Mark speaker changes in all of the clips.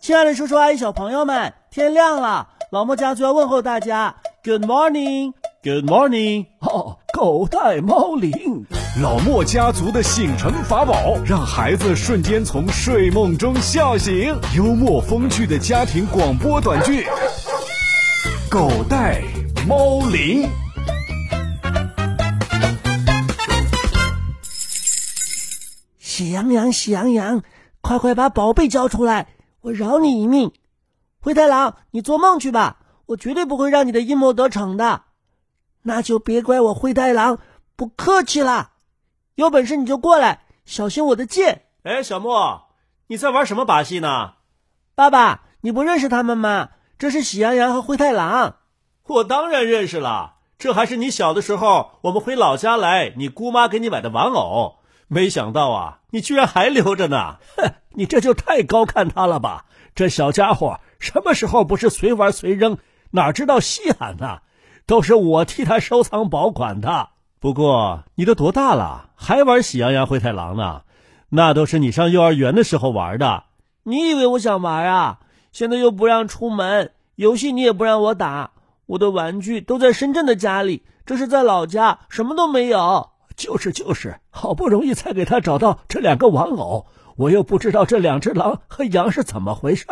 Speaker 1: 亲爱的叔叔阿姨、小朋友们，天亮了，老莫家族要问候大家，Good morning，Good morning。
Speaker 2: 哦，狗带猫
Speaker 1: Oh，
Speaker 2: 铃，
Speaker 3: 老莫家族的醒神法宝，让孩子瞬间从睡梦中笑醒。幽默风趣的家庭广播短剧，《狗带猫铃》。
Speaker 1: 喜羊羊，喜羊羊，快快把宝贝交出来，我饶你一命。灰太狼，你做梦去吧，我绝对不会让你的阴谋得逞的。那就别怪我灰太狼不客气啦，有本事你就过来，小心我的剑。
Speaker 4: 哎，小莫，你在玩什么把戏呢？
Speaker 1: 爸爸，你不认识他们吗？这是喜羊羊和灰太狼。
Speaker 4: 我当然认识了，这还是你小的时候，我们回老家来，你姑妈给你买的玩偶。没想到啊，你居然还留着呢！
Speaker 2: 哼，你这就太高看他了吧？这小家伙什么时候不是随玩随扔，哪知道稀罕呐、啊？都是我替他收藏保管的。
Speaker 4: 不过你都多大了，还玩喜羊羊、灰太狼呢？那都是你上幼儿园的时候玩的。
Speaker 1: 你以为我想玩啊？现在又不让出门，游戏你也不让我打，我的玩具都在深圳的家里，这是在老家，什么都没有。
Speaker 2: 就是就是，好不容易才给他找到这两个玩偶，我又不知道这两只狼和羊是怎么回事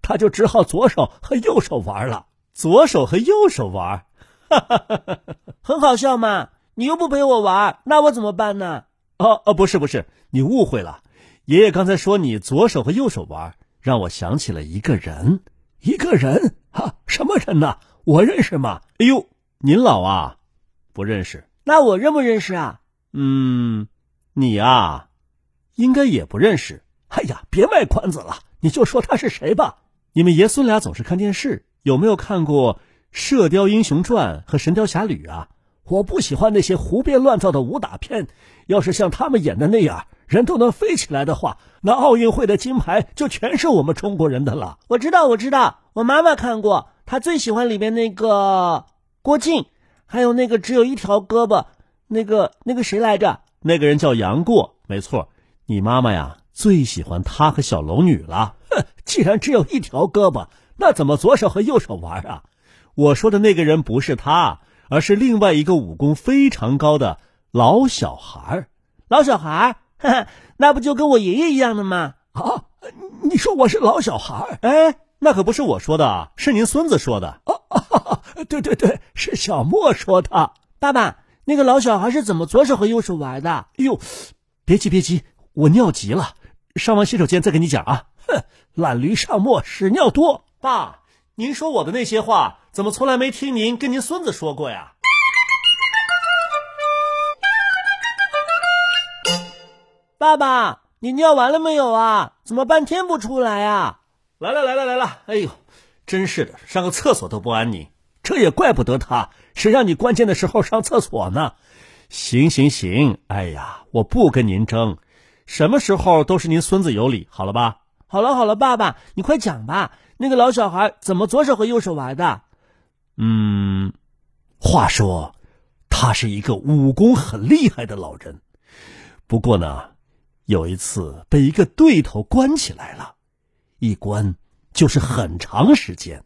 Speaker 2: 他就只好左手和右手玩了。
Speaker 4: 左手和右手玩，哈哈哈哈
Speaker 1: 很好笑嘛！你又不陪我玩，那我怎么办呢？
Speaker 4: 哦哦，不是不是，你误会了。爷爷刚才说你左手和右手玩，让我想起了一个人，
Speaker 2: 一个人啊，什么人呐、啊？我认识吗？
Speaker 4: 哎呦，您老啊，不认识。
Speaker 1: 那我认不认识啊？
Speaker 4: 嗯，你呀、啊，应该也不认识。
Speaker 2: 哎呀，别卖关子了，你就说他是谁吧。
Speaker 4: 你们爷孙俩总是看电视，有没有看过《射雕英雄传》和《神雕侠侣》啊？
Speaker 2: 我不喜欢那些胡编乱造的武打片。要是像他们演的那样，人都能飞起来的话，那奥运会的金牌就全是我们中国人的了。
Speaker 1: 我知道，我知道，我妈妈看过，她最喜欢里面那个郭靖，还有那个只有一条胳膊。那个那个谁来着？
Speaker 4: 那个人叫杨过，没错。你妈妈呀，最喜欢他和小龙女了。
Speaker 2: 哼， 既然只有一条胳膊，那怎么左手和右手玩啊？
Speaker 4: 我说的那个人不是他，而是另外一个武功非常高的老小孩。
Speaker 1: 老小孩，呵呵那不就跟我爷爷一样的吗？
Speaker 2: 啊，你说我是老小孩？
Speaker 4: 哎，那可不是我说的啊，是您孙子说的。
Speaker 2: 哦、啊 啊，对对对，是小莫说的，
Speaker 1: 爸爸。那个老小孩是怎么左手和右手玩的？
Speaker 4: 哎呦，别急别急，我尿急了，上完洗手间再跟你讲啊。
Speaker 2: 哼，懒驴上磨，屎尿多。
Speaker 4: 爸，您说我的那些话，怎么从来没听您跟您孙子说过呀？
Speaker 1: 爸爸，你尿完了没有啊？怎么半天不出来啊？
Speaker 4: 来了来了来了，哎呦，真是的，上个厕所都不安宁。
Speaker 2: 这也怪不得他，谁让你关键的时候上厕所呢？
Speaker 4: 行行行，哎呀，我不跟您争，什么时候都是您孙子有理，好了吧？
Speaker 1: 好了好了，爸爸，你快讲吧，那个老小孩怎么左手和右手玩的？
Speaker 4: 嗯，
Speaker 2: 话说，他是一个武功很厉害的老人，不过呢，有一次被一个对头关起来了，一关就是很长时间。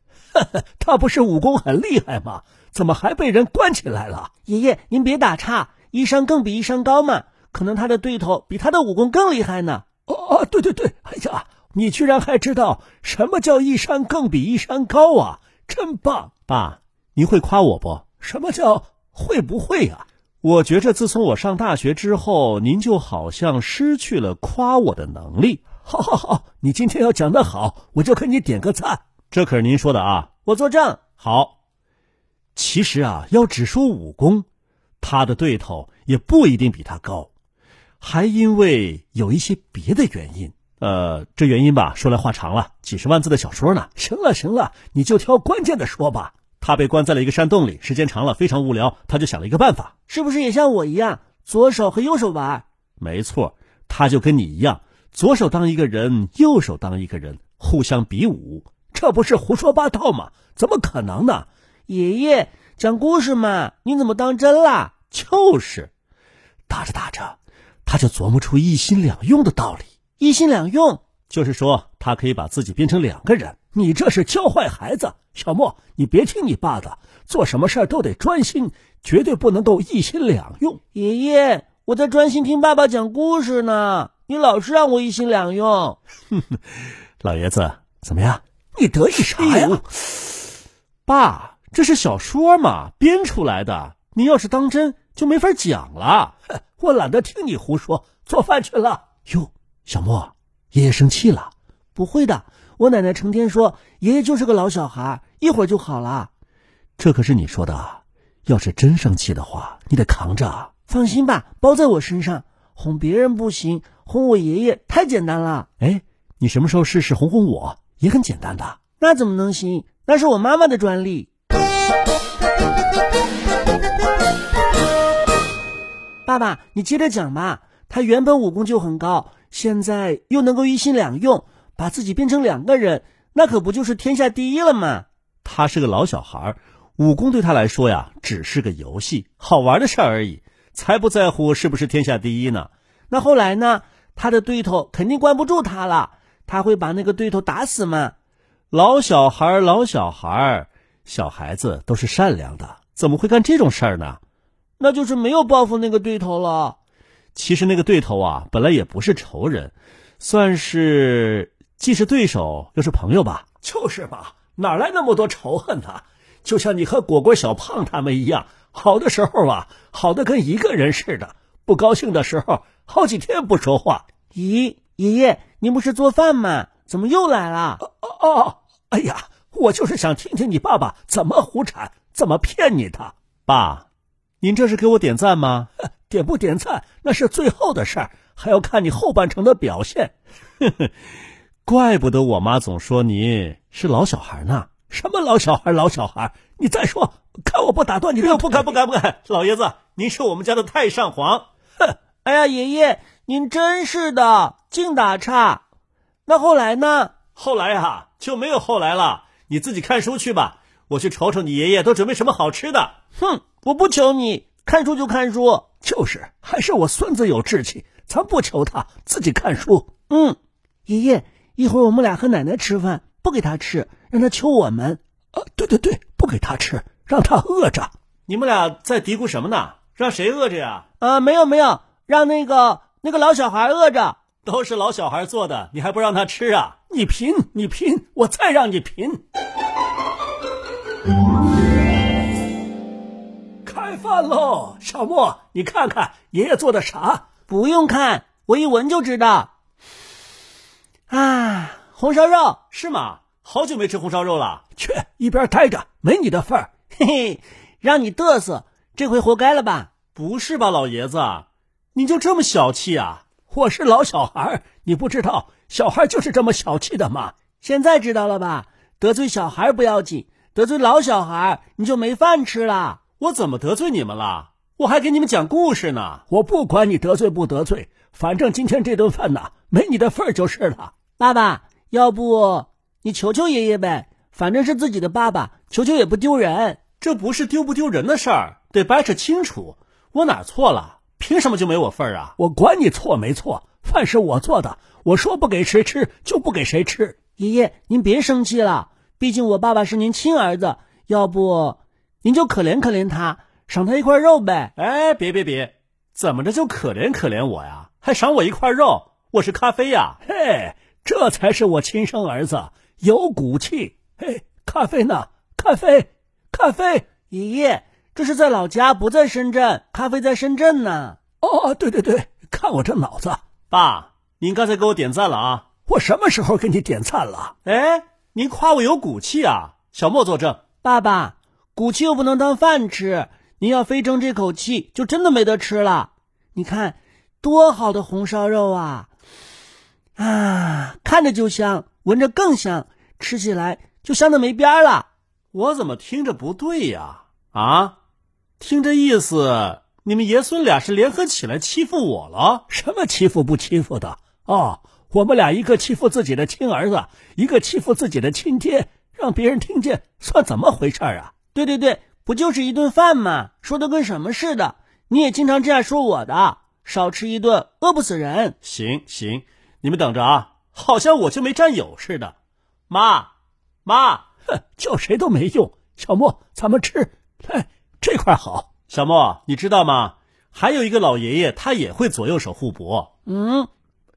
Speaker 2: 他不是武功很厉害吗？怎么还被人关起来了？
Speaker 1: 爷爷，您别打岔，一山更比一山高嘛。可能他的对头比他的武功更厉害呢。
Speaker 2: 哦哦，对对对，哎呀，你居然还知道什么叫一山更比一山高啊！真棒，
Speaker 4: 爸，您会夸我不？
Speaker 2: 什么叫会不会啊？
Speaker 4: 我觉着自从我上大学之后，您就好像失去了夸我的能力。
Speaker 2: 好好好，你今天要讲的好，我就给你点个赞。
Speaker 4: 这可是您说的啊！
Speaker 1: 我作证。
Speaker 4: 好，其实啊，要只说武功，他的对头也不一定比他高，还因为有一些别的原因。呃，这原因吧，说来话长了，几十万字的小说呢。
Speaker 2: 行了行了，你就挑关键的说吧。
Speaker 4: 他被关在了一个山洞里，时间长了非常无聊，他就想了一个办法。
Speaker 1: 是不是也像我一样，左手和右手玩？
Speaker 4: 没错，他就跟你一样，左手当一个人，右手当一个人，互相比武。
Speaker 2: 这不是胡说八道吗？怎么可能呢？
Speaker 1: 爷爷讲故事嘛，你怎么当真啦？
Speaker 4: 就是，
Speaker 2: 打着打着，他就琢磨出一心两用的道理。
Speaker 1: 一心两用，
Speaker 4: 就是说他可以把自己变成两个人。
Speaker 2: 你这是教坏孩子，小莫，你别听你爸的，做什么事儿都得专心，绝对不能够一心两用。
Speaker 1: 爷爷，我在专心听爸爸讲故事呢，你老是让我一心两 用。
Speaker 4: 老爷子，怎么样？
Speaker 2: 你得意啥
Speaker 1: 哎
Speaker 2: 呀？
Speaker 4: 爸，这是小说嘛，编出来的。您要是当真，就没法讲了。
Speaker 2: 我懒得听你胡说，做饭去了。
Speaker 4: 哟，小莫，爷爷生气了？
Speaker 1: 不会的。我奶奶成天说，爷爷就是个老小孩，一会儿就好了。
Speaker 4: 这可是你说的，啊要是真生气的话，你得扛着。
Speaker 1: 啊放心吧，包在我身上。哄别人不行，哄我爷爷太简单了。
Speaker 4: 哎，你什么时候试试哄哄我？也很简单的。
Speaker 1: 那怎么能行？那是我妈妈的专利。爸爸，你接着讲吧。他原本武功就很高，现在又能够一心两用。把自己变成两个人，那可不就是天下第一了吗？
Speaker 4: 他是个老小孩，武功对他来说呀，只是个游戏，好玩的事而已，才不在乎是不是天下第一呢。
Speaker 1: 那后来呢？他的对头肯定关不住他了，他会把那个对头打死吗？
Speaker 4: 老小孩，老小孩，小孩子都是善良的，怎么会干这种事儿呢？
Speaker 1: 那就是没有报复那个对头了。
Speaker 4: 其实那个对头啊，本来也不是仇人，算是。既是对手，又是朋友吧？
Speaker 2: 就是嘛，哪来那么多仇恨呢、啊？就像你和果果、小胖他们一样，好的时候啊，好的跟一个人似的；不高兴的时候，好几天不说话。
Speaker 1: 咦，爷爷，您不是做饭吗？怎么又来了？
Speaker 2: 哦哦，哎呀，我就是想听听你爸爸怎么胡扯，怎么骗你的。
Speaker 4: 爸，您这是给我点赞吗？
Speaker 2: 点不点赞那是最后的事儿，还要看你后半程的表现。
Speaker 4: 呵呵。 怪不得我妈总说你是老小孩呢。
Speaker 2: 什么老小孩，老小孩！你再说，看我不打断你的！
Speaker 4: 不敢，不敢，不敢！ 老爷子，您是我们家的太 上皇。
Speaker 1: 哼！哎呀，爷爷，您真是的，净打岔。那后来呢？
Speaker 4: 后来啊，就没有后来了。你自己看书去吧，我去瞅瞅你爷爷都准备什么好吃的。
Speaker 1: 哼！我不求你，看书就看书。
Speaker 2: 就是，还是我孙子有志气，咱不求他，自己看书。
Speaker 1: 嗯，爷爷。一会儿我们俩和奶奶吃饭，不给他吃，让他求我们。呃
Speaker 2: 啊，对对对，不给他吃，让他饿着。
Speaker 4: 你们俩在嘀咕什么呢？让谁饿着呀？
Speaker 1: 啊，没有没有，让那个那个老小孩饿着。
Speaker 4: 都是老小孩做的，你还不让他吃啊？
Speaker 2: 你贫，你贫，我再让你贫。开饭喽，小莫，你看看爷爷做的啥？
Speaker 1: 不用看，我一闻就知道。啊，红烧肉
Speaker 4: 是吗？好久没吃红烧肉了。
Speaker 2: 去一边待着，没你的份儿。
Speaker 1: 嘿嘿，让你嘚瑟，这回活该了吧？
Speaker 4: 不是吧，老爷子，你就这么小气啊？
Speaker 2: 我是老小孩，你不知道，小孩就是这么小气的嘛。
Speaker 1: 现在知道了吧？得罪小孩不要紧，得罪老小孩你就没饭吃了。
Speaker 4: 我怎么得罪你们了？我还给你们讲故事呢。
Speaker 2: 我不管你得罪不得罪，反正今天这顿饭呐，没你的份儿就是了。
Speaker 1: 爸爸，要不你求求爷爷呗，反正是自己的爸爸，求求也不丢人。
Speaker 4: 这不是丢不丢人的事儿，得掰扯清楚。我哪错了？凭什么就没我份儿啊？
Speaker 2: 我管你错没错，饭是我做的，我说不给谁吃就不给谁吃。
Speaker 1: 爷爷，您别生气了，毕竟我爸爸是您亲儿子，要不您就可怜可怜他，赏他一块肉呗。
Speaker 4: 哎，别别别，怎么着就可怜可怜我呀？还赏我一块肉？我是咖啡呀、啊，
Speaker 2: 嘿。这才是我亲生儿子，有骨气。嘿，咖啡呢？咖啡，咖啡。
Speaker 1: 爷爷，这是在老家，不在深圳。咖啡在深圳呢。
Speaker 2: 哦，对对对，看我这脑子。
Speaker 4: 爸，您刚才给我点赞了啊！
Speaker 2: 我什么时候给你点赞了？
Speaker 4: 哎，您夸我有骨气啊！小莫作证。
Speaker 1: 爸爸，骨气又不能当饭吃，您要非争这口气，就真的没得吃了。你看，多好的红烧肉啊！啊，看着就香，闻着更香，吃起来就香的没边儿了。
Speaker 4: 我怎么听着不对呀、啊？啊，听这意思，你们爷孙俩是联合起来欺负我了？
Speaker 2: 什么欺负不欺负的？哦，我们俩一个欺负自己的亲儿子，一个欺负自己的亲爹，让别人听见算怎么回事啊？
Speaker 1: 对对对，不就是一顿饭吗？说的跟什么似的？你也经常这样说我的，少吃一顿饿不死人。
Speaker 4: 行行。你们等着啊！好像我就没占有似的。妈，妈，
Speaker 2: 叫谁都没用。小莫，咱们吃，来这块好。
Speaker 4: 小莫，你知道吗？还有一个老爷爷，他也会左右手互搏。
Speaker 1: 嗯，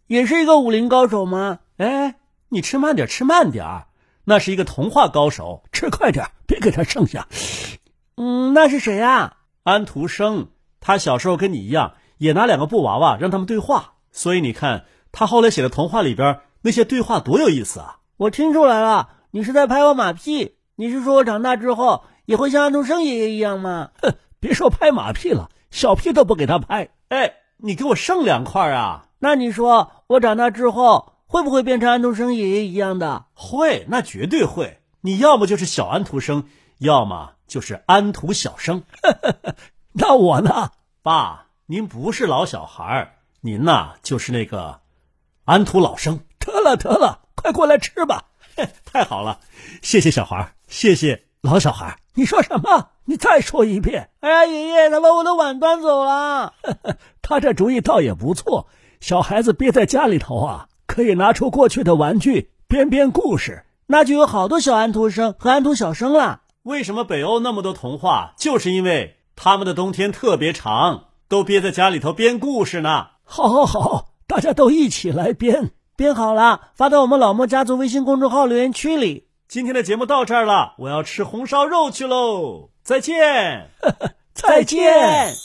Speaker 1: 也是一个武林高手吗？
Speaker 4: 哎，你吃慢点，吃慢点儿，那是一个童话高手。
Speaker 2: 吃快点，别给他剩 下。
Speaker 1: 嗯，那是谁啊？
Speaker 4: 安徒生，他小时候跟你一样，也拿两个布娃娃让他们对话。所以你看，他后来写的童话里边那些对话多有意思啊！
Speaker 1: 我听出来了，你是在拍我马屁。你是说我长大之后也会像安徒生爷爷一样吗？
Speaker 2: 哼，别说拍马屁了，小屁都不给他拍。
Speaker 4: 哎，你给我剩两块啊！
Speaker 1: 那你说我长大之后会不会变成安徒生爷爷一样的？
Speaker 4: 会，那绝对会。你要么就是小安徒生，要么就是安徒小生。
Speaker 2: 那我呢？
Speaker 4: 爸，您不是老小孩儿，您呐、啊、就是那个安徒老生。
Speaker 2: 得了得了，快过来吃 吧！
Speaker 4: 太好了，谢谢小孩儿，谢谢老小孩儿。
Speaker 2: 你说什么？你再说一遍！
Speaker 1: 哎呀，爷爷，他把我的碗端走了。
Speaker 2: 他这主意倒也不错，小孩子憋在家里头啊，可以拿出过去的玩具编编故事，
Speaker 1: 那就有好多小安徒生和安徒小生了。
Speaker 4: 为什么北欧那么多童话？就是因为他们的冬天特别长，都憋在家里头编故事呢。
Speaker 2: 好，好，好，大家都一起来编。
Speaker 1: 编好了，发到我们老莫家族微信公众号留言区里。
Speaker 4: 今天的节目到这儿了，我要吃红烧肉去喽！再见，
Speaker 2: 再见。